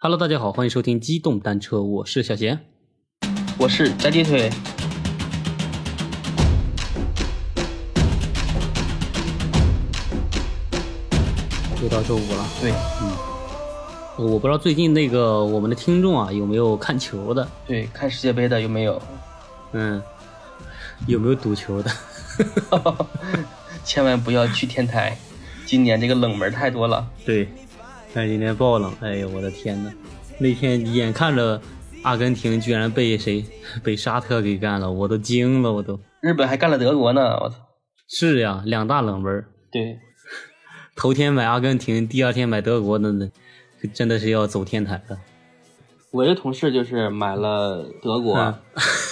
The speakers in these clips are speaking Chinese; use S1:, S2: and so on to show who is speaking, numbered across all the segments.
S1: Hello，大家好，欢迎收听机动单车，我是小贤。
S2: 我是宅鸡腿，
S1: 又到周五了，嗯
S2: 对
S1: 呃我不知道最近那个我们的听众啊有没有看球的，
S2: 对，看世界杯的有没 有？
S1: 嗯，有没有赌球的？
S2: 千万不要去天台，今年这个冷门太多了。
S1: 对，但是今天爆冷，哎呦我的天呐，那天眼看着阿根廷居然被谁被沙特给干了，我都惊了，我都
S2: 日本还干了德国呢，我操！
S1: 是呀，两大冷门儿，
S2: 对，
S1: 头天买阿根廷，第二天买德国的呢，真的是要走天台了。
S2: 我一个同事就是买了德国，
S1: 嗯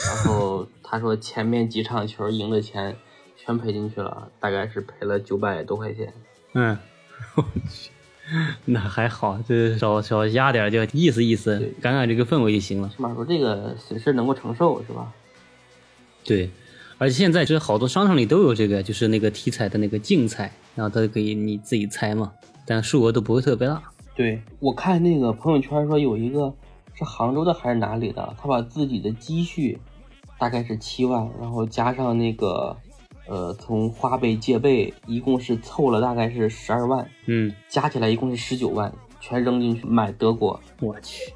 S2: 然后他说前面几场球赢的钱全赔进去了，大概是赔了九百多块钱。
S1: 嗯，我去， 那还好，这少少压点儿就意思意思
S2: 对，
S1: 赶赶这个氛围就行了。
S2: 起码说这个损失能够承受，是吧？
S1: 对，而且现在这好多商场里都有这个，就是那个体彩的那个竞彩，然后它可以你自己猜嘛，但数额都不会特别大。
S2: 对，我看那个朋友圈说有一个是杭州的还是哪里的，他把自己的积蓄，大概是七万，然后加上那个，呃，从花呗借呗，一共是凑了大概是十二万，
S1: 嗯，
S2: 加起来一共是十九万，全扔进去买德国，
S1: 我去，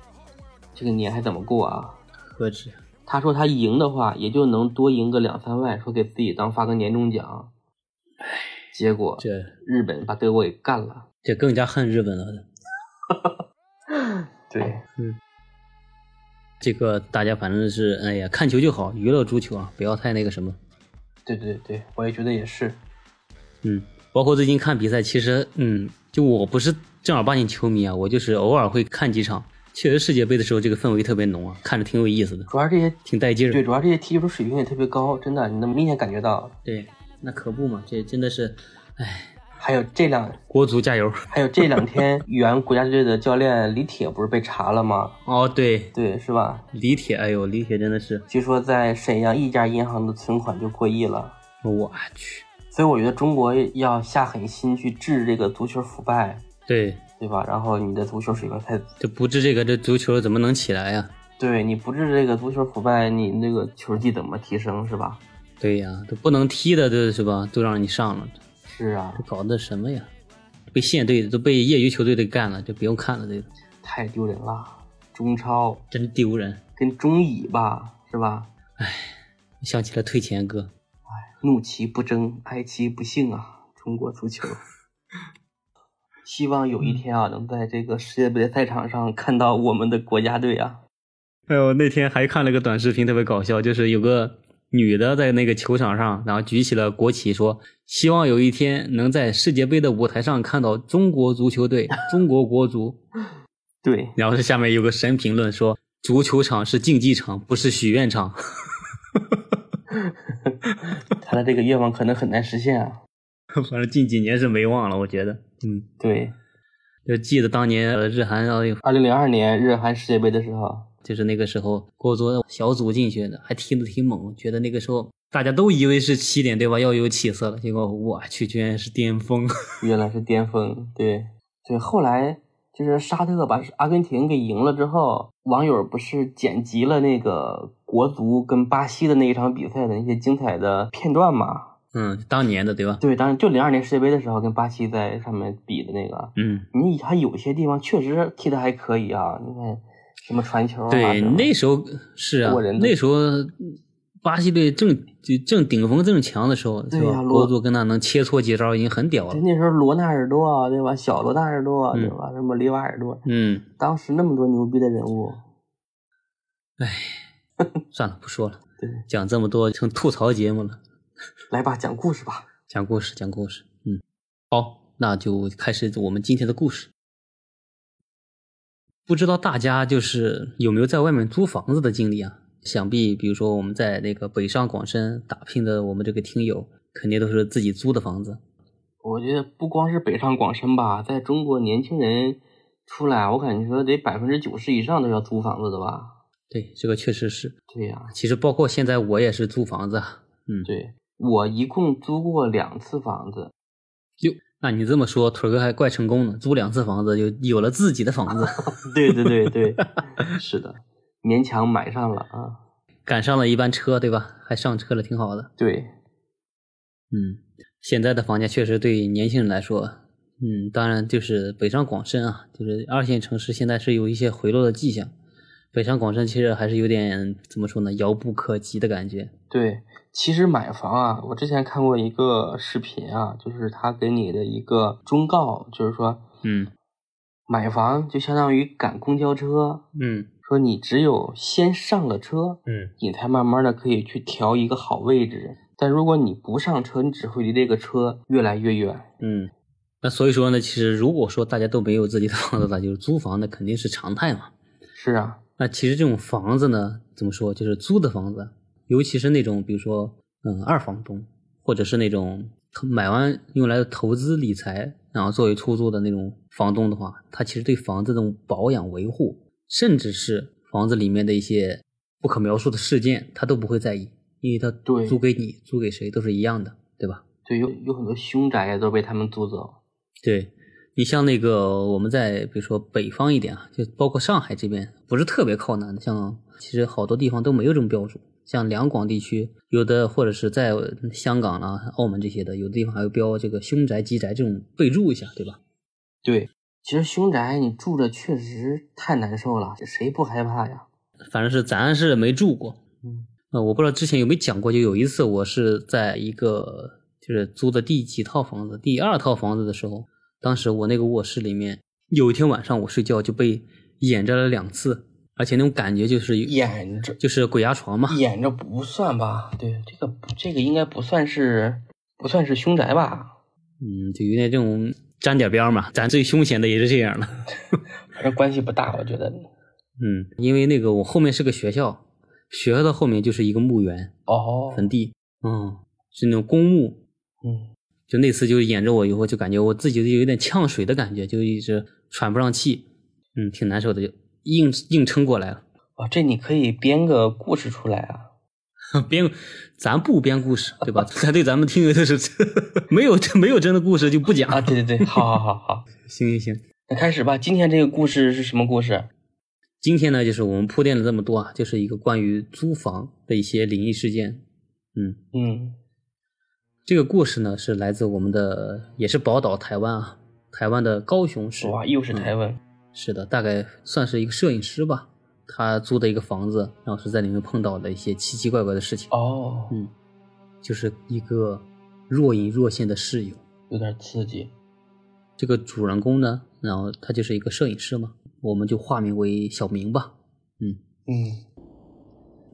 S2: 这个年还怎么过啊？
S1: 何止？
S2: 他说他赢的话，也就能多赢个两三万，说给自己当发个年终奖。结果
S1: 这
S2: 日本把德国给干了。
S1: 这更加恨日本了。
S2: 对，
S1: 这个大家反正是，哎呀，看球就好，娱乐足球啊，不要太那个什么。
S2: 对对对，我也觉得也是。
S1: 嗯，包括最近看比赛，其实嗯，就我不是正儿八经球迷啊，我就是偶尔会看几场。确实，世界杯的时候这个氛围特别浓啊，看着挺有意思的，
S2: 主要这些
S1: 挺带劲
S2: 对，
S1: 儿。
S2: 主要这些踢球水平也特别高，真的，你能明显感觉到。
S1: 对，那可不嘛，这真的是
S2: 还有这两，
S1: 国足加油！
S2: 还有这两天原国家队的教练李铁不是被查了吗？
S1: 哦，对，
S2: 对，是吧？
S1: 李铁，哎呦，李铁真的是，
S2: 据说在沈阳一家银行的存款就过亿了，
S1: 我去，
S2: 所以我觉得中国要下狠心去治这个足球腐败，
S1: 对，
S2: 对吧？然后你的足球水平才，
S1: 这不治这个，这足球怎么能起来啊呀、
S2: 对你不治这个足球腐败，你那个球技怎么提升，是吧？
S1: 对呀、都不能踢的，这是吧？都让你上了，
S2: 是啊，
S1: 这搞的什么呀？被县队都被业余球队的干了，就不用看了，这个
S2: 太丢人了，中超
S1: 真丢人。
S2: 跟中乙吧，是吧？
S1: 想起了退钱哥，
S2: 怒其不争，哀其不幸啊！中国足球，希望有一天啊，能在这个世界杯赛场上看到我们的国家队啊！
S1: 哎呦，那天还看了个短视频，特别搞笑，就是有个女的在那个球场上，然后举起了国旗，说希望有一天能在世界杯的舞台上看到中国足球队、中国国足。
S2: 对，
S1: 然后是下面有个神评论说，足球场是竞技场，不是许愿场。
S2: 他的这个愿望可能很难实现啊！
S1: 反正近几年是没忘了，我觉得，嗯，
S2: 对，
S1: 就记得当年呃日韩呃
S2: 二零零二年日韩世界杯的时候，
S1: 就是那个时候国足小组进去的，还踢得挺猛，觉得那个时候大家都以为是起点对吧，要有起色了，结果我去，居然是巅峰。
S2: 原来是巅峰。对，对，后来就是沙特把阿根廷给赢了之后，网友不是剪辑了那个国足跟巴西的那一场比赛的那些精彩的片段嘛？
S1: 嗯，当年的对吧？
S2: 对，当然就零二年世界杯的时候跟巴西在上面比的那个，
S1: 嗯，
S2: 你还有些地方确实踢的还可以啊，你看什么传球啊，
S1: 对
S2: 什，么
S1: 那时候是啊
S2: 过人，的
S1: 那时候巴西队正就正顶峰正强的时候，
S2: 对
S1: 是吧？
S2: 呀罗
S1: 国足跟他能切磋几招已经很屌了。
S2: 对那时候罗纳尔多啊，对吧？小罗纳尔多啊，
S1: 嗯
S2: 对吧？什么里瓦尔多，
S1: 嗯，
S2: 当时那么多牛逼的人物，
S1: 算了，不说了
S2: 对，
S1: 讲这么多成吐槽节目了，
S2: 来吧，讲故事吧。
S1: 讲故事，讲故事，嗯，好，那就开始我们今天的故事。不知道大家就是有没有在外面租房子的经历啊？想必比如说我们在那个北上广深打拼的我们这个听友，肯定都是自己租的房子。
S2: 我觉得不光是北上广深吧，在中国年轻人出来，我感觉得百分之九十以上都要租房子的吧？
S1: 对，这个确实是。
S2: 对呀、
S1: 其实包括现在我也是租房子啊，嗯，
S2: 对我一共租过两次房子，
S1: 哟，那你这么说，腿儿哥还怪成功呢，租两次房子就有了自己的房子，
S2: 对对对对，是的，勉强买上了啊。
S1: 赶上了一班车，对吧？还上车了，挺好的。
S2: 对，
S1: 嗯，现在的房价确实对年轻人来说，嗯，当然就是北上广深啊，就是二线城市现在是有一些回落的迹象。北上广深其实还是有点怎么说呢，遥不可及的感觉。
S2: 对，其实买房啊，我之前看过一个视频啊，就是他给你的一个忠告，就是说
S1: 嗯
S2: 买房就相当于赶公交车，
S1: 嗯
S2: 说你只有先上了车，
S1: 嗯，
S2: 你才慢慢的可以去调一个好位置。但如果你不上车，你只会离这个车越来越远。
S1: 嗯，那所以说呢，其实如果说大家都没有自己的房子了，就是租房那肯定是常态嘛。
S2: 是啊，
S1: 那其实这种房子呢，怎么说，就是租的房子，尤其是那种比如说嗯二房东，或者是那种投买完用来投资理财，然后作为出租的那种房东的话，他其实对房子这种保养维护，甚至是房子里面的一些不可描述的事件，他都不会在意，因为他
S2: 对
S1: 租给你、租给谁都是一样的，对吧？
S2: 对，有有很多凶宅啊都被他们租走。
S1: 对你像那个我们在比如说北方一点啊，就包括上海这边，不是特别靠南的，像其实好多地方都没有这种标准，像两广地区有的，或者是在香港啦、澳门这些的，有的地方还有标这个凶宅、吉宅这种备注一下，对吧？
S2: 对，其实凶宅你住着确实太难受了，谁不害怕呀？
S1: 反正是咱是没住过，
S2: 嗯，
S1: 呃，我不知道之前有没有讲过，就有一次我是在一个就是租的第几套房子，第二套房子的时候，当时我那个卧室里面有一天晚上我睡觉就被演着了两次，而且那种感觉就是
S2: 演着
S1: 就是鬼压床嘛，
S2: 演着不算吧？对，这个这个应该不算是不算是凶宅吧？
S1: 嗯，就有点这种沾点边儿嘛，咱最凶险的也是这样了。
S2: 反正关系不大，我觉得。
S1: 嗯，因为那个我后面是个学校，学校的后面就是一个墓园
S2: 哦，
S1: 坟地，嗯，是那种公墓，
S2: 嗯，
S1: 就那次就演着我以后，就感觉我自己就有点呛水的感觉，就一直喘不上气，嗯，挺难受的，就硬硬撑过来了。
S2: 哇，哦这你可以编个故事出来啊！
S1: 编，咱不编故事，对吧？ 咱对咱们听友就是 没有没有真的故事就不讲
S2: 啊，。对对对，好好好好，
S1: 行行行，
S2: 那开始吧。今天这个故事是什么故事？
S1: 今天呢，就是我们铺垫了这么多啊，就是一个关于租房的一些灵异事件。嗯，
S2: 嗯，
S1: 这个故事呢是来自我们的，也是宝岛台湾啊，台湾的高雄市。
S2: 哇，又是台湾。
S1: 是的，大概算是一个摄影师吧。他租的一个房子，然后是在里面碰到了一些奇奇怪怪的事情，
S2: 哦，
S1: 就是一个若隐若现的室友。
S2: 有点刺激。
S1: 这个主人公呢，然后他就是一个摄影师嘛，我们就化名为小明吧。
S2: 嗯，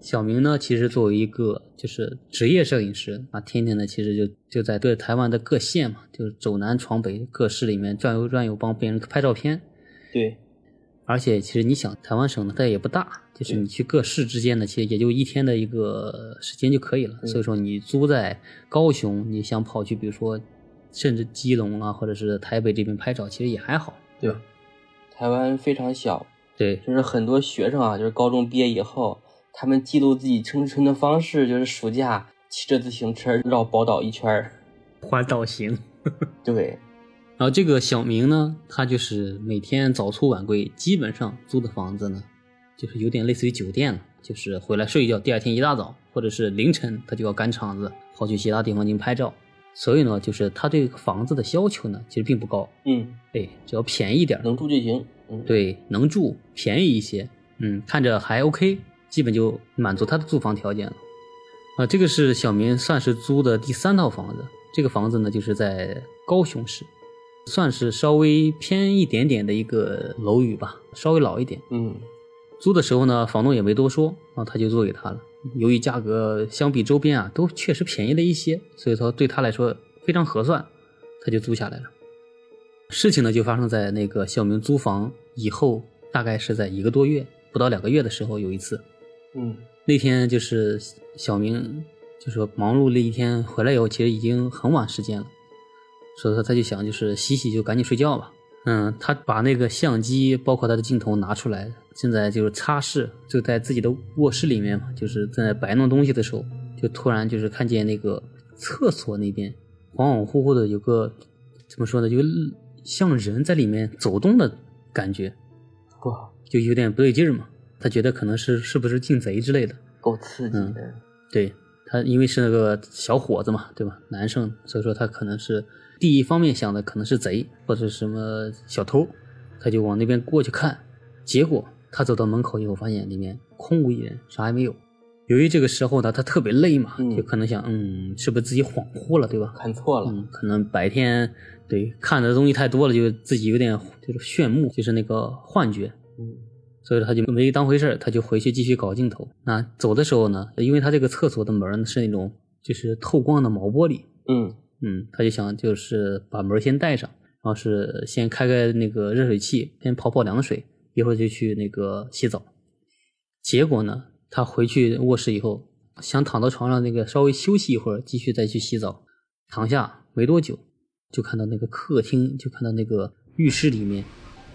S1: 小明呢，其实作为一个就是职业摄影师啊，天天呢其实就就在对台湾的各县嘛，就是走南闯北各市里面转悠转悠，帮别人拍照片。
S2: 对，
S1: 而且其实你想，台湾省呢，它也不大，就是
S2: 对
S1: 你去各市之间呢，其实也就一天的一个时间就可以了。
S2: 嗯
S1: 所以说，你租在高雄，你想跑去，比如说甚至基隆啊，或者是台北这边拍照，其实也还好。
S2: 对，台湾非常小，
S1: 对，
S2: 就是很多学生啊，就是高中毕业以后，他们记录自己青春的方式，就是暑假骑着自行车绕宝岛一圈儿。
S1: 环岛行。
S2: 对，
S1: 然后这个小明呢，他就是每天早出晚归，基本上租的房子呢，就是有点类似于酒店了，就是回来睡一觉，第二天一大早或者是凌晨他就要赶场子，跑去其他地方进行拍照。所以呢，就是他对房子的要求呢，其实并不高，
S2: 嗯，
S1: 哎，只要便宜点儿，
S2: 能住就行。嗯，，
S1: 对，能住，便宜一些，嗯，看着还 OK，基本就满足他的住房条件了。啊、这个是小明算是租的第三套房子，这个房子呢就是在高雄市，算是稍微偏一点点的一个楼宇吧，稍微老一点。
S2: 嗯，
S1: 租的时候呢，房东也没多说，啊，他就租给他了。由于价格相比周边啊都确实便宜了一些，所以说对他来说非常合算，他就租下来了。事情呢就发生在那个小明租房以后，大概是在一个多月不到两个月的时候，有一次
S2: 嗯，
S1: 那天就是小明就说忙碌了一天回来以后，其实已经很晚时间了，所以说他就想就是洗洗就赶紧睡觉吧。嗯，他把那个相机包括他的镜头拿出来，正在就是擦拭，就在自己的卧室里面嘛，就是正在摆弄东西的时候，就突然就是看见那个厕所那边恍恍惚惚的有个怎么说呢，就像人在里面走动的感觉，
S2: 不
S1: 就有点不对劲儿嘛。他觉得可能是是不是进贼之类的。
S2: 够刺激的。
S1: 对他，因为是那个小伙子嘛，对吧？男生，所以说他可能是第一方面想的可能是贼或者什么小偷，他就往那边过去看。结果他走到门口以后，发现里面空无一人，啥也没有。由于这个时候呢，他特别累嘛，
S2: 嗯
S1: 就可能想，嗯，是不是自己恍惚了，对吧？
S2: 看错了，
S1: 嗯，可能白天对看的东西太多了，就自己有点就是炫目，就是那个幻觉。
S2: 嗯，
S1: 所以他就没当回事儿，他就回去继续搞镜头。那走的时候呢，因为他这个厕所的门儿呢是那种就是透光的毛玻璃，
S2: 嗯，
S1: 嗯，他就想就是把门儿先带上，然后是先开开那个热水器，先泡泡凉水，一会儿就去那个洗澡。结果呢，他回去卧室以后，想躺到床上那个稍微休息一会儿，继续再去洗澡。躺下没多久，就看到那个客厅，就看到那个浴室里面，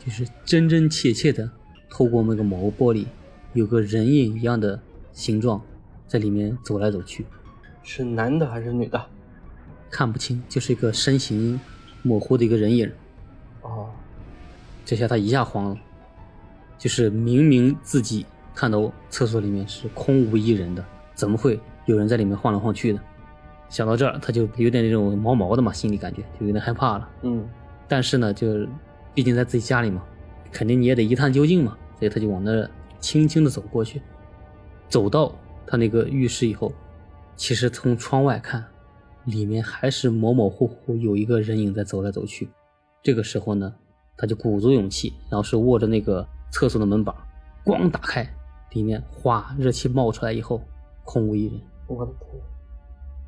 S1: 就是真真切切的透过那个毛玻璃，有个人影一样的形状在里面走来走去。
S2: 是男的还是女的？
S1: 看不清，就是一个身形模糊的一个人影。
S2: 哦，
S1: 这下他一下慌了，就是明明自己看到厕所里面是空无一人的，怎么会有人在里面晃来晃去的？想到这儿，他就有点那种毛毛的嘛，心里感觉就有点害怕了。
S2: 嗯，
S1: 但是呢，就是毕竟在自己家里嘛，肯定你也得一探究竟嘛，所以他就往那儿轻轻的走过去，走到他那个浴室以后，其实从窗外看，里面还是模模糊糊有一个人影在走来走去。这个时候呢，他就鼓足勇气，然后是握着那个厕所的门把，咣打开，里面哗热气冒出来以后，空无一人。
S2: 我的天，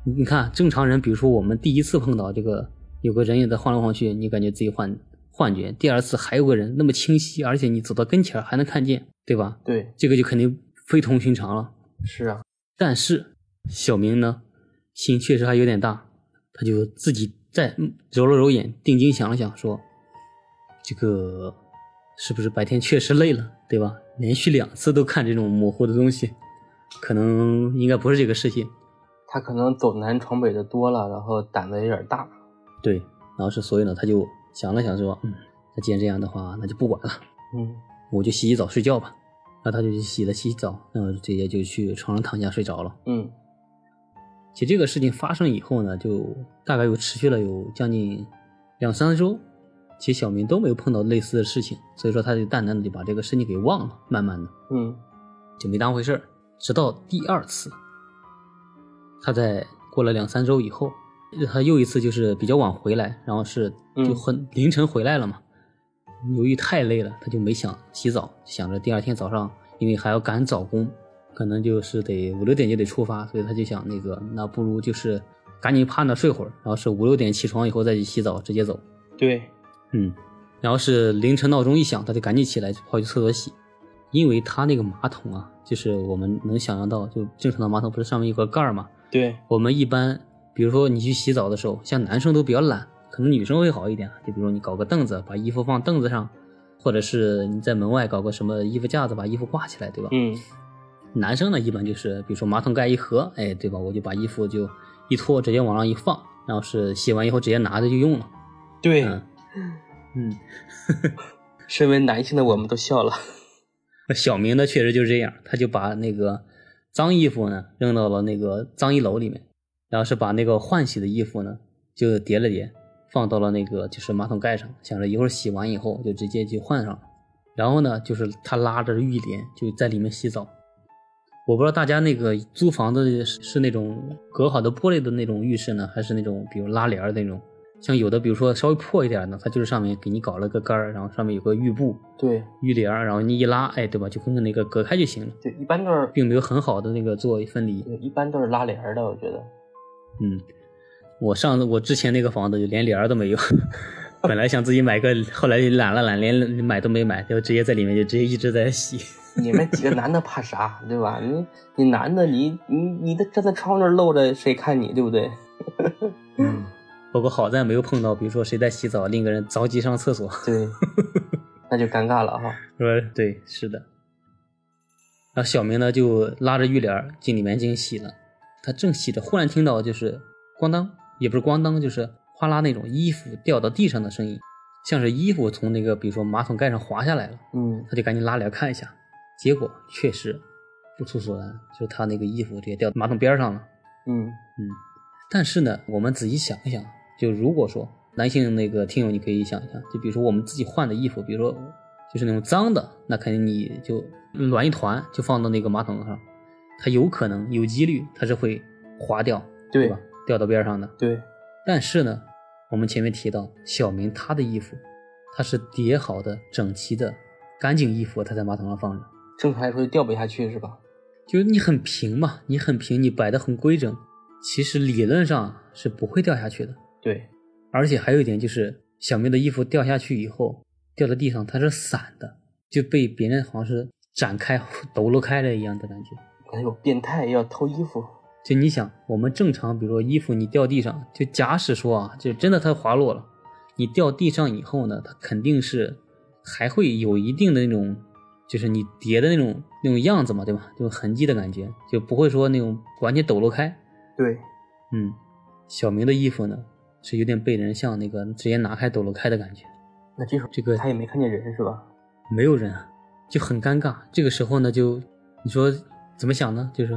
S1: 你你看，正常人，比如说我们第一次碰到这个有个人影在晃来晃去，你感觉自己幻幻觉；第二次还有个人那么清晰，而且你走到跟前儿还能看见，对吧？
S2: 对，
S1: 这个就肯定非同寻常了。
S2: 是啊，
S1: 但是小明呢，心确实还有点大，他就自己再嗯揉了揉眼，定睛想了想，说：“这个是不是白天确实累了，对吧？连续两次都看这种模糊的东西，可能应该不是这个事情。”
S2: 他可能走南闯北的多了，然后胆子有点大。
S1: 对，然后是所以呢，他就想了想说，嗯，那既然这样的话，那就不管了，
S2: 嗯，
S1: 我就洗洗澡睡觉吧。然后他就去洗了洗澡，然后直接就去床上躺下睡着了。
S2: 嗯，
S1: 其实这个事情发生以后呢，就大概又持续了有将近两三周，其实小明都没有碰到类似的事情，所以说他就淡淡的就把这个事情给忘了，慢慢的
S2: 嗯，
S1: 就没当回事儿。直到第二次，他在过了两三周以后，呃他又一次就是比较晚回来，然后是
S2: 嗯
S1: 就很凌晨回来了嘛。由于太累了，他就没想洗澡，想着第二天早上，因为还要赶早工，可能就是得五六点就得出发，所以他就想那个，那不如就是赶紧趴那睡会儿，然后是五六点起床以后再去洗澡，直接走。
S2: 对，
S1: 嗯，然后是凌晨闹钟一响，他就赶紧起来跑去厕所洗，因为他那个马桶啊，就是我们能想象到，就正常的马桶不是上面有个盖儿嘛？
S2: 对，
S1: 我们一般，比如说你去洗澡的时候，像男生都比较懒，可能女生会好一点，啊就比如你搞个凳子，把衣服放凳子上，或者是你在门外搞个什么衣服架子，把衣服挂起来，对吧？
S2: 嗯，
S1: 男生呢，一般就是比如说马桶盖一合，哎，对吧？我就把衣服就一脱，直接往上一放，然后是洗完以后直接拿着就用了。
S2: 对，
S1: 嗯嗯，
S2: 身为男性的我们都笑了。
S1: 那小明呢，确实就是这样，他就把那个脏衣服呢扔到了那个脏衣篓里面，然后是把那个换洗的衣服呢就叠了叠，放到了那个就是马桶盖上，想着一会儿洗完以后就直接就换上了。然后呢，就是他拉着浴帘就在里面洗澡。我不知道大家那个租房子是是那种隔好的玻璃的那种浴室呢，还是那种比如拉帘儿的那种？像有的比如说稍微破一点的，它就是上面给你搞了个杆儿，然后上面有个浴布，
S2: 对
S1: 浴帘儿，然后你一拉，哎，对吧？就跟那个隔开就行了，
S2: 对，一般都是
S1: 并没有很好的那个做分离。
S2: 对一般都是拉帘儿的，我觉得。
S1: 嗯，我上我之前那个房子就连帘儿都没有， 本来想自己买个，后来懒了懒，连买都没买，就直接在里面就直接一直在洗。
S2: 你们几个男的怕啥，对吧？你你男的，你你你的站在窗户那儿露着，谁看你，对不对？
S1: 嗯，不过好在没有碰到，比如说谁在洗澡，另一个人着急上厕所。
S2: 对，那就尴尬了哈。
S1: 说对，是的。然后小明呢就拉着浴帘儿进里面进行洗了，他正洗着，忽然听到就是咣当，也不是咣当，就是哗哗啦那种衣服掉到地上的声音，像是衣服从那个比如说马桶盖上滑下来了。
S2: 嗯，
S1: 他就赶紧拉帘看一下，结果确实不出所料，就他那个衣服直接掉马桶边上了。
S2: 嗯，
S1: 嗯，但是呢，我们仔细想一想，就如果说男性那个听友，你可以想一想，就比如说我们自己换的衣服，比如说就是那种脏的，那肯定你就乱一团，就放到那个马桶上，它有可能有几率它是会滑掉，
S2: 对
S1: 吧？掉到边上的。
S2: 对，
S1: 但是呢，我们前面提到小明他的衣服，他是叠好的、整齐的、干净衣服，他在马桶上放着。
S2: 正常来说就掉不下去是吧？
S1: 就是你很平嘛，你很平，你摆的很规整，其实理论上是不会掉下去的。
S2: 对，
S1: 而且还有一点就是，小明的衣服掉下去以后，掉到地上它是散的，就被别人好像是展开、抖落开了一样的感觉。
S2: 感觉有变态要偷衣服。
S1: 就你想，我们正常，比如说衣服你掉地上，就假使说啊，就真的它滑落了，你掉地上以后呢，它肯定是还会有一定的那种，就是你叠的那种那种样子嘛，对吧？就痕迹的感觉，就不会说那种完全抖落开。
S2: 对，
S1: 嗯，小明的衣服呢是有点被人像那个直接拿开抖落开的感觉，
S2: 那这时候
S1: 这个
S2: 他也没看见人是吧？
S1: 没有人啊，就很尴尬。这个时候呢，就你说怎么想呢？就是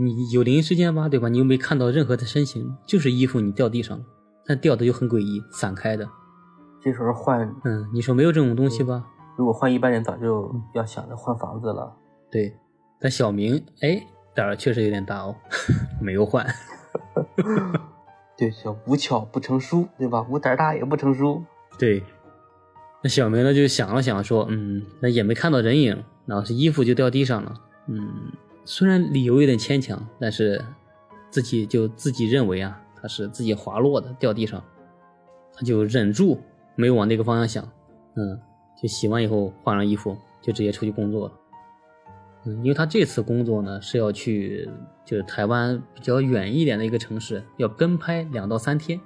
S1: 你有灵异事件吗？对吧？你又没看到任何的身形，就是衣服你掉地上了，但掉的又很诡异，散开的。
S2: 这时候换，
S1: 嗯，你说没有这种东西吧？
S2: 如果换一般人早就要想着换房子了。
S1: 对，但小明哎胆儿确实有点大哦， 没有换。
S2: 对，叫无巧不成书，对吧？无胆大也不成书。
S1: 对，那小明呢就想了想说，嗯，那也没看到人影，然后是衣服就掉地上了。嗯，虽然理由有点牵强，但是自己就自己认为啊，他是自己滑落的，掉地上，他就忍住没有往那个方向想，嗯，就洗完以后换上衣服就直接出去工作了。嗯，因为他这次工作呢是要去就是台湾比较远一点的一个城市，要跟拍两到三天，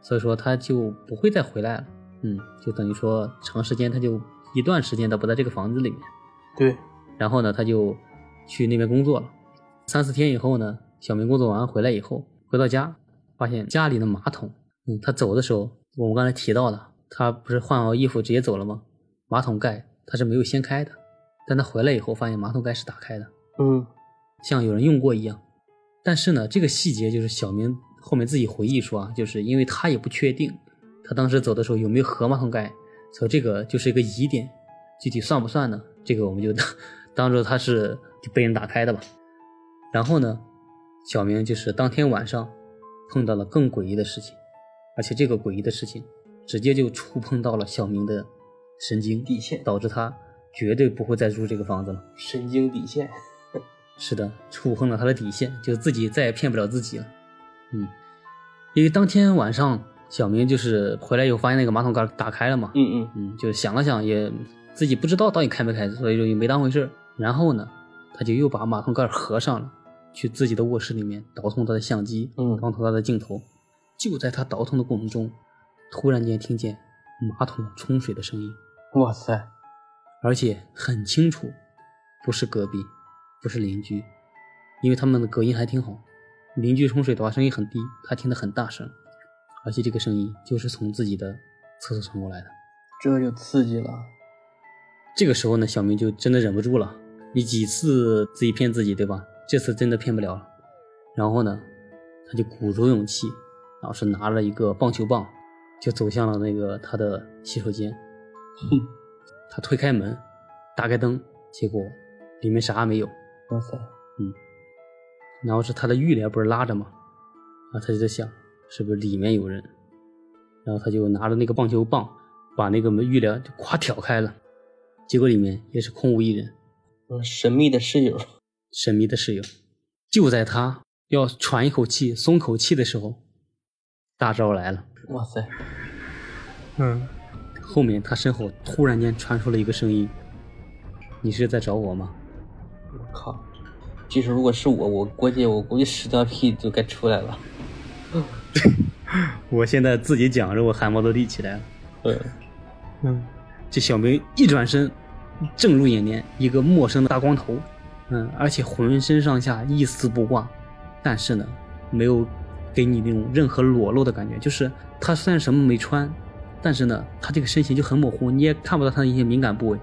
S1: 所以说他就不会再回来了。嗯，就等于说长时间他就一段时间他不在这个房子里面，
S2: 对，
S1: 然后呢他就去那边工作了。三四天以后呢，小明工作完回来以后回到家，发现家里的马桶，嗯，他走的时候我们刚才提到了，他不是换好衣服直接走了吗？马桶盖他是没有掀开的，但他回来以后发现马桶盖是打开的，
S2: 嗯，
S1: 像有人用过一样。但是呢，这个细节就是小明后面自己回忆说啊，就是因为他也不确定他当时走的时候有没有合马桶盖，所以这个就是一个疑点，具体算不算呢？这个我们就 当当做他是就被人打开的吧。然后呢，小明就是当天晚上碰到了更诡异的事情，而且这个诡异的事情直接就触碰到了小明的神经
S2: 底线
S1: 导致他绝对不会再住这个房子了。
S2: 神经底线。
S1: 是的，触碰了他的底线，就自己再也骗不了自己了。嗯，因为当天晚上小明就是回来以后发现那个马桶盖打开了嘛，
S2: 嗯嗯，
S1: 嗯，就想了想也自己不知道到底开没开，所以就也没当回事儿。然后呢，他就又把马桶盖合上了，去自己的卧室里面倒腾他的相机，
S2: 嗯
S1: 倒腾他的镜头。就在他倒腾的过程中，突然间听见马桶冲水的声音，
S2: 哇塞，
S1: 而且很清楚，不是隔壁，不是邻居，因为他们的隔音还挺好。邻居冲水的话声音很低，他听得很大声，而且这个声音就是从自己的厕所传过来的。
S2: 这就刺激了。
S1: 这个时候呢，小明就真的忍不住了。你几次自己骗自己，对吧？这次真的骗不了了。然后呢，他就鼓足勇气，然后是拿了一个棒球棒，就走向了那个他的洗手间。
S2: 哼，
S1: 他推开门，打开灯，结果里面啥也没有。
S2: 哇塞，
S1: 然后是他的浴帘不是拉着吗？然后他就在想，是不是里面有人？然后他就拿着那个棒球棒，把那个门浴帘就咵挑开了，结果里面也是空无一人。
S2: 嗯神秘的室友。
S1: 神秘的室友。就在他要喘一口气、松口气的时候，大招来了。
S2: 哇塞，
S1: 嗯，后面他身后突然间传出了一个声音：“你是在找我吗
S2: 我靠！这时候如果是我，我估计我估计屎尿屁就该出来了。？”
S1: 我现在自己讲着，我汗毛都立起来了。
S2: 嗯
S1: 嗯，这小明一转身，正入眼帘一个陌生的大光头，嗯，而且浑身上下一丝不挂，但是呢，没有给你那种任何裸露的感觉，就是他虽然什么没穿，但是呢，他这个身形就很模糊，你也看不到他的一些敏感部位。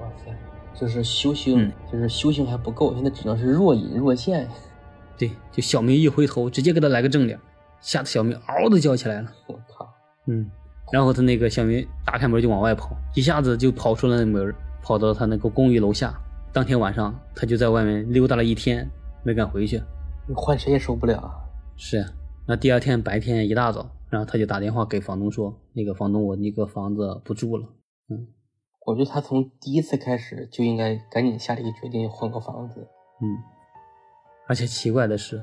S2: 哇塞，就是修行，
S1: 嗯
S2: 就是修行还不够，现在只能是若隐若现。
S1: 对，就小明一回头，直接给他来个正脸，吓得小明嗷的叫起来了。
S2: 我靠，
S1: 嗯，然后他那个小明打开门就往外跑，一下子就跑出了那门儿，跑到他那个公寓楼下。当天晚上，他就在外面溜达了一天，没敢回去。
S2: 你换谁也受不了。啊
S1: 是，那第二天白天一大早，然后他就打电话给房东说，那个房东，我那个房子不住了。
S2: 我觉得他从第一次开始就应该赶紧下这个决定，换个房子。
S1: 嗯，而且奇怪的是，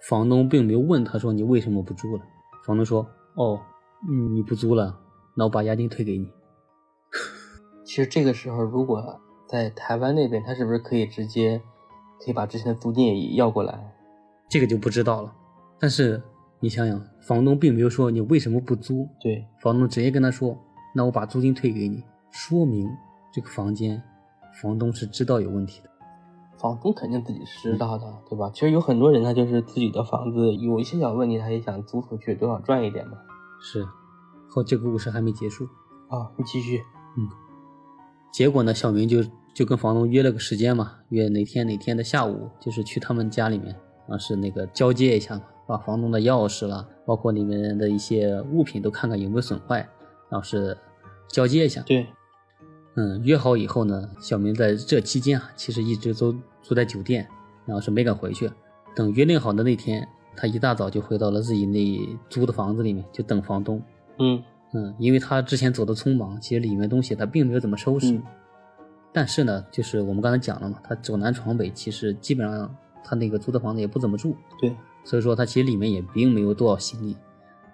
S1: 房东并没有问他说你为什么不住了。房东说，哦，嗯你不租了，那我把押金退给你。
S2: 其实这个时候，如果在台湾那边，他是不是可以直接可以把之前的租金也要过来？
S1: 这个就不知道了。但是你想想，房东并没有说你为什么不租，
S2: 对，
S1: 房东直接跟他说：“那我把租金退给你。”说明这个房间房东是知道有问题的。
S2: 房东肯定自己知道的，对吧？其实有很多人他就是自己的房子有一些小问题，他也想租出去，多少赚一点嘛。
S1: 是，后这个故事还没结束。
S2: 啊、你继续。
S1: 结果呢，小明就就跟房东约了个时间嘛，约哪天哪天的下午，就是去他们家里面啊，是那个交接一下嘛，把房东的钥匙啦，包括里面的一些物品都看看有没有损坏，然后是交接一下。
S2: 对，
S1: 嗯，约好以后呢，小明在这期间啊，其实一直都住在酒店，然后是没敢回去。等约定好的那天，他一大早就回到了自己那租的房子里面，就等房东。
S2: 嗯
S1: 嗯，因为他之前走的匆忙，其实里面东西他并没有怎么收拾。
S2: 嗯
S1: 但是呢，就是我们刚才讲了嘛，他走南闯北，其实基本上他那个租的房子也不怎么住，
S2: 对，
S1: 所以说他其实里面也并没有多少行李，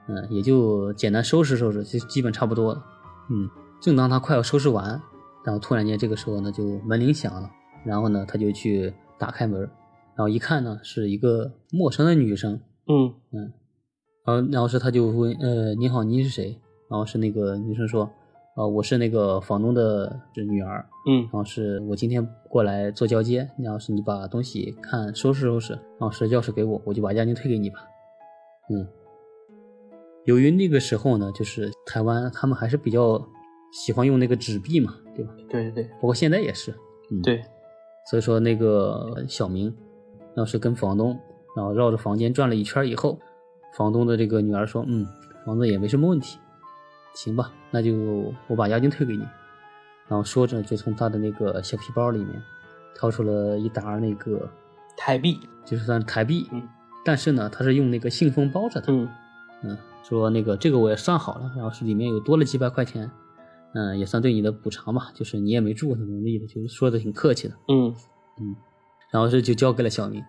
S1: 嗯，也就简单收拾收拾，就基本差不多了。嗯，正当他快要收拾完，然后突然间这个时候呢，就门铃响了，然后呢，他就去打开门，然后一看呢，是一个陌生的女生，
S2: 嗯
S1: 然后然后是他就问，呃，你好，您是谁？然后是那个女生说，呃，我是那个房东的女儿，
S2: 嗯
S1: 然后是我今天过来做交接，然后是你把东西看收拾收拾，然后是钥匙给我，我就把押金退给你吧。嗯，由于那个时候呢，就是台湾他们还是比较喜欢用那个纸币嘛，对吧？
S2: 对对
S1: 包括现在也是。嗯，
S2: 对。对，
S1: 所以说那个小明，要是跟房东，然后绕着房间转了一圈以后，房东的这个女儿说：“嗯，房子也没什么问题，行吧，那就我把押金退给你。”然后说着就从他的那个小皮包里面掏出了一沓那个
S2: 台币，
S1: 就是算台币，
S2: 嗯
S1: 但是呢，他是用那个信封包着的，
S2: 嗯
S1: 嗯，说那个这个我也算好了，然后是里面有多了几百块钱，嗯，也算对你的补偿吧，就是你也没住怎么怎么地的，就是说的挺客气的。
S2: 嗯
S1: 然后是就交给了小明。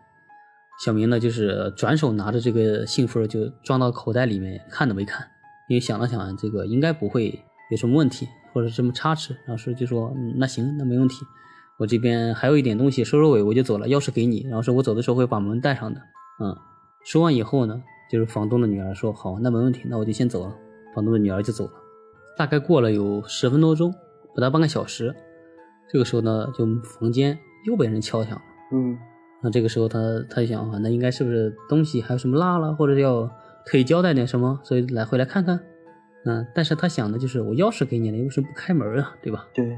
S1: 小明呢，就是转手拿着这个信封就装到口袋里面，看都没看，因为想了想，这个应该不会有什么问题或者什么差池。然后是就说，嗯，那行，那没问题，我这边还有一点东西，收收尾我就走了，钥匙给你。然后是我走的时候会把门带上的，嗯。说完以后呢，就是房东的女儿说，好，那没问题，那我就先走了。房东的女儿就走了。大概过了有十分多钟，不到半个小时，这个时候呢，就房间又被人敲响了。
S2: 嗯，
S1: 那这个时候他他就想啊，那应该是不是东西还有什么落了，或者要特意交代点什么，所以来回来看看。嗯，但是他想的就是我钥匙给你了，你为什么不开门啊？对吧？
S2: 对，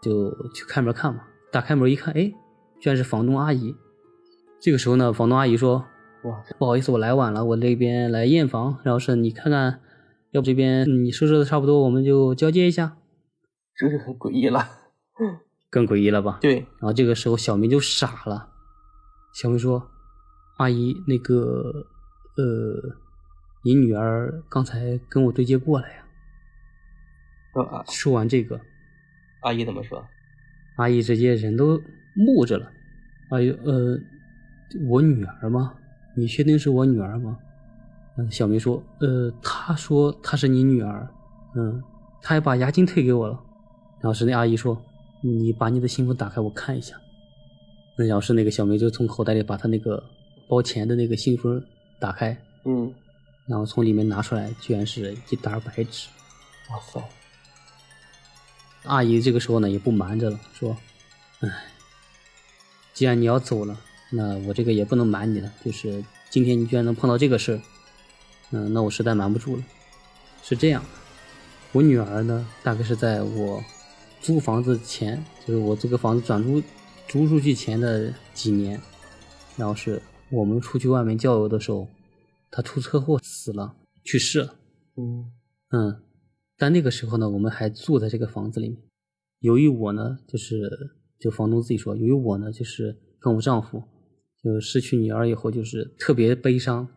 S1: 就去开门看嘛。打开门一看，哎，居然是房东阿姨。这个时候呢，房东阿姨说
S2: 哇，：“
S1: 不好意思，我来晚了，我这边来验房，然后是你看看，要不这边嗯你收拾的差不多，我们就交接一下。
S2: 这是很诡异了。”
S1: 更诡异了吧？
S2: 对，
S1: 然后这个时候小明就傻了，小明说：“阿姨，那个，呃，你女儿刚才跟我对接过来呀、
S2: 说啊，
S1: 说完这个，
S2: 阿姨怎么说？
S1: 阿姨直接人都木着了。阿姨，呃，我女儿吗？你确定是我女儿吗？嗯，小明说：“呃，她说她是你女儿，嗯，她还把押金退给我了。”然后是那阿姨说：“你把你的信封打开，我看一下。”那然后是那个小明就从口袋里把他那个包钱的那个信封打开，
S2: 嗯，
S1: 然后从里面拿出来，居然是一沓白纸。
S2: 哇塞，
S1: 阿姨这个时候呢也不瞒着了，说：“哎，既然你要走了，那我这个也不能瞒你了，就是今天你居然能碰到这个事儿，嗯，那我实在瞒不住了。是这样的，我女儿呢，大概是在我租房子前，就是我这个房子转租租出去前的几年，然后是我们出去外面郊游的时候，她出车祸死了，去世了。
S2: 嗯
S1: 嗯，但那个时候呢，我们还住在这个房子里面。由于我呢，就是就房东自己说，由于我呢，就是跟我丈夫，就是失去女儿以后，就是特别悲伤。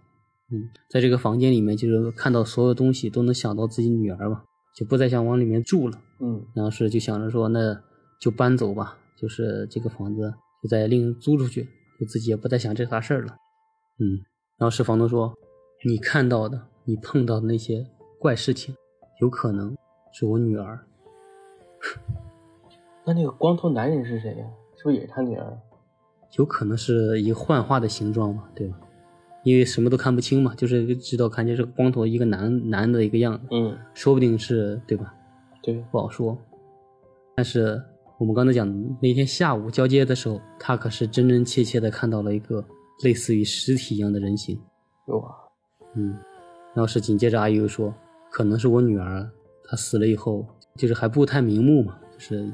S1: 嗯，在这个房间里面，就是看到所有东西都能想到自己女儿嘛，就不再想往里面住了。
S2: 嗯
S1: 然后是就想着说，那就搬走吧，就是这个房子就再另租出去，就自己也不再想这茬事儿了。嗯，然后是房东说，你看到的、你碰到的那些怪事情，有可能是我女儿。
S2: 那那个光头男人是谁呀、是不是也是他女儿？
S1: 有可能是一个幻化的形状嘛，对吧？因为什么都看不清嘛，就是知道看见是个光头一个男男的一个样子，
S2: 嗯，
S1: 说不定是对吧？
S2: 对，
S1: 不好说。但是我们刚才讲的那天下午交接的时候，他可是真真切切的看到了一个类似于尸体一样的人形。
S2: 有啊。
S1: 嗯，然后是紧接着阿姨又说，可能是我女儿，她死了以后，就是还不太明目嘛，就是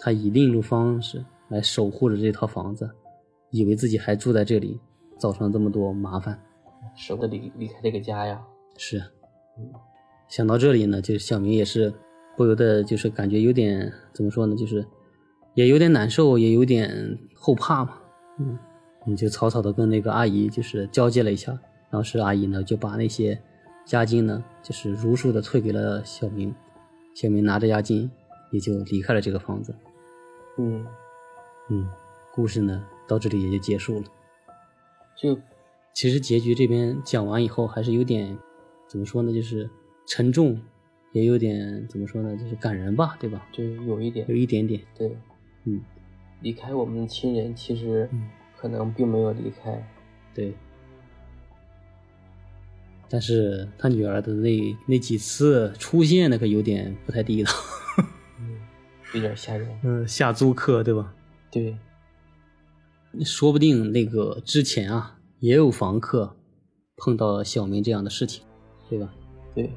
S1: 她以另一种方式来守护着这套房子，以为自己还住在这里，造成了这么多麻烦。
S2: 舍不得离离开这个家呀。
S1: 是，想到这里呢，就是小明也是不由得就是感觉有点怎么说呢，就是也有点难受，也有点后怕嘛。嗯，你就草草的跟那个阿姨就是交接了一下，然后是阿姨呢就把那些押金呢就是如数的退给了小明，小明拿着押金也就离开了这个房子。
S2: 嗯，
S1: 嗯，故事呢到这里也就结束了。
S2: 这个
S1: 其实结局这边讲完以后，还是有点怎么说呢，就是沉重，也有点怎么说呢，就是感人吧，对吧？
S2: 对有一点
S1: 有一点点，
S2: 对，
S1: 嗯，
S2: 离开我们的亲人，其实
S1: 嗯
S2: 可能并没有离开。
S1: 对。但是他女儿的那那几次出现，那可有点不太地道，
S2: 嗯，有点吓人。
S1: 嗯，下租客对吧？
S2: 对，
S1: 说不定那个之前啊，也有房客碰到小明这样的事情，对吧？
S2: 对，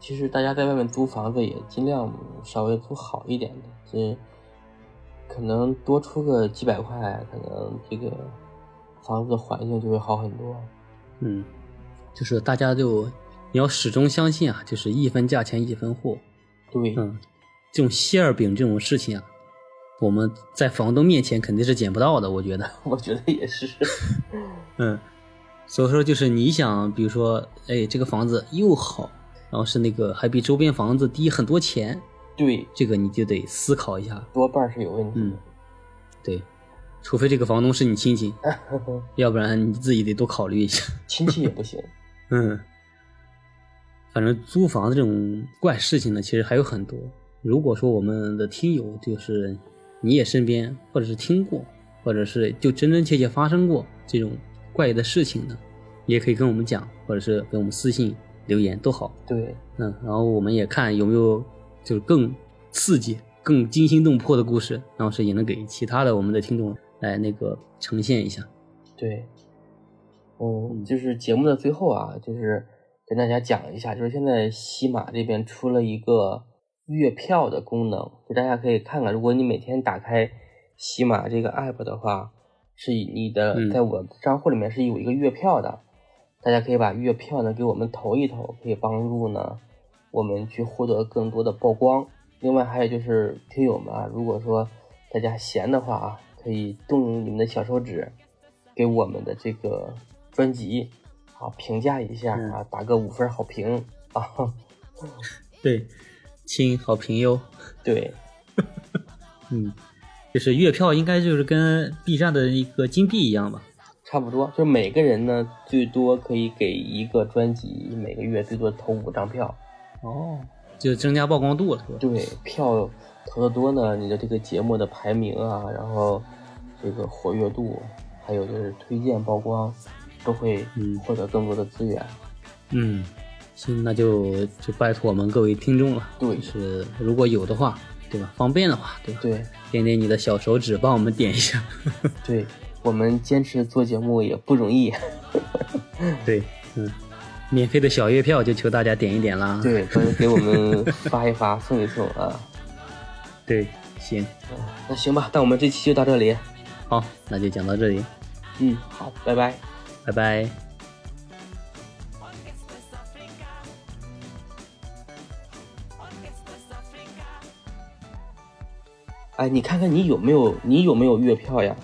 S2: 其实大家在外面租房子也尽量稍微租好一点的，这可能多出个几百块，可能这个房子的环境就会好很多。
S1: 嗯，就是大家就你要始终相信啊，就是一分价钱一分货，
S2: 对，
S1: 嗯，这种馅儿饼这种事情啊，我们在房东面前肯定是捡不到的，我觉得。
S2: 我觉得也是。
S1: 嗯，所以说就是你想，比如说，哎，这个房子又好，然后是那个还比周边房子低很多钱，
S2: 对，
S1: 这个你就得思考一下。
S2: 多半是有问题的。
S1: 对，除非这个房东是你亲戚，要不然你自己得多考虑一下。
S2: 亲戚也不行。
S1: 嗯，反正租房子这种怪事情呢，其实还有很多。如果说我们的听友就是你也身边，或者是听过，或者是就真真切切发生过这种怪异的事情呢，也可以跟我们讲，或者是给我们私信留言都好。
S2: 对，
S1: 嗯，然后我们也看有没有就是更刺激、更惊心动魄的故事，然后是也能给其他的我们的听众来那个呈现一下。
S2: 对，嗯，就是节目的最后啊，就是跟大家讲一下，就是现在西马这边出了一个月票的功能，就大家可以看看，如果你每天打开西马这个 app 的话，是以你的、
S1: 嗯
S2: 在我账户里面是有一个月票的，大家可以把月票呢给我们投一投，可以帮助呢我们去获得更多的曝光。另外还有就是听友们啊，如果说大家闲的话啊，可以动用你们的小手指，给我们的这个专辑啊评价一下
S1: 嗯
S2: 啊，打个五分好评啊。
S1: 对，亲，好评哟。
S2: 对
S1: 嗯，就是月票应该就是跟 B 站的一个金币一样吧？
S2: 差不多，就是每个人呢，最多可以给一个专辑，每个月最多投五张票。
S1: 哦，就增加曝光度了，是吧？
S2: 对，票投的多呢，你的这个节目的排名啊，然后这个活跃度，还有就是推荐曝光，都会
S1: 嗯
S2: 获得更多的资源。
S1: 嗯，行，那就就拜托我们各位听众了。
S2: 对
S1: 就是如果有的话，对吧？方便的话，对吧？
S2: 对
S1: 点点你的小手指，帮我们点一 下。
S2: 对，我们坚持做节目也不容易。
S1: 对，嗯，免费的小月票就求大家点一点啦。
S2: 对，可以给我们发一发，送一送啊。
S1: 对，行，
S2: 那行吧，那我们这期就到这里。
S1: 好，那就讲到这里，
S2: 嗯，好，拜拜。
S1: 拜拜。
S2: 哎，你看看你有没有你有没有月票呀？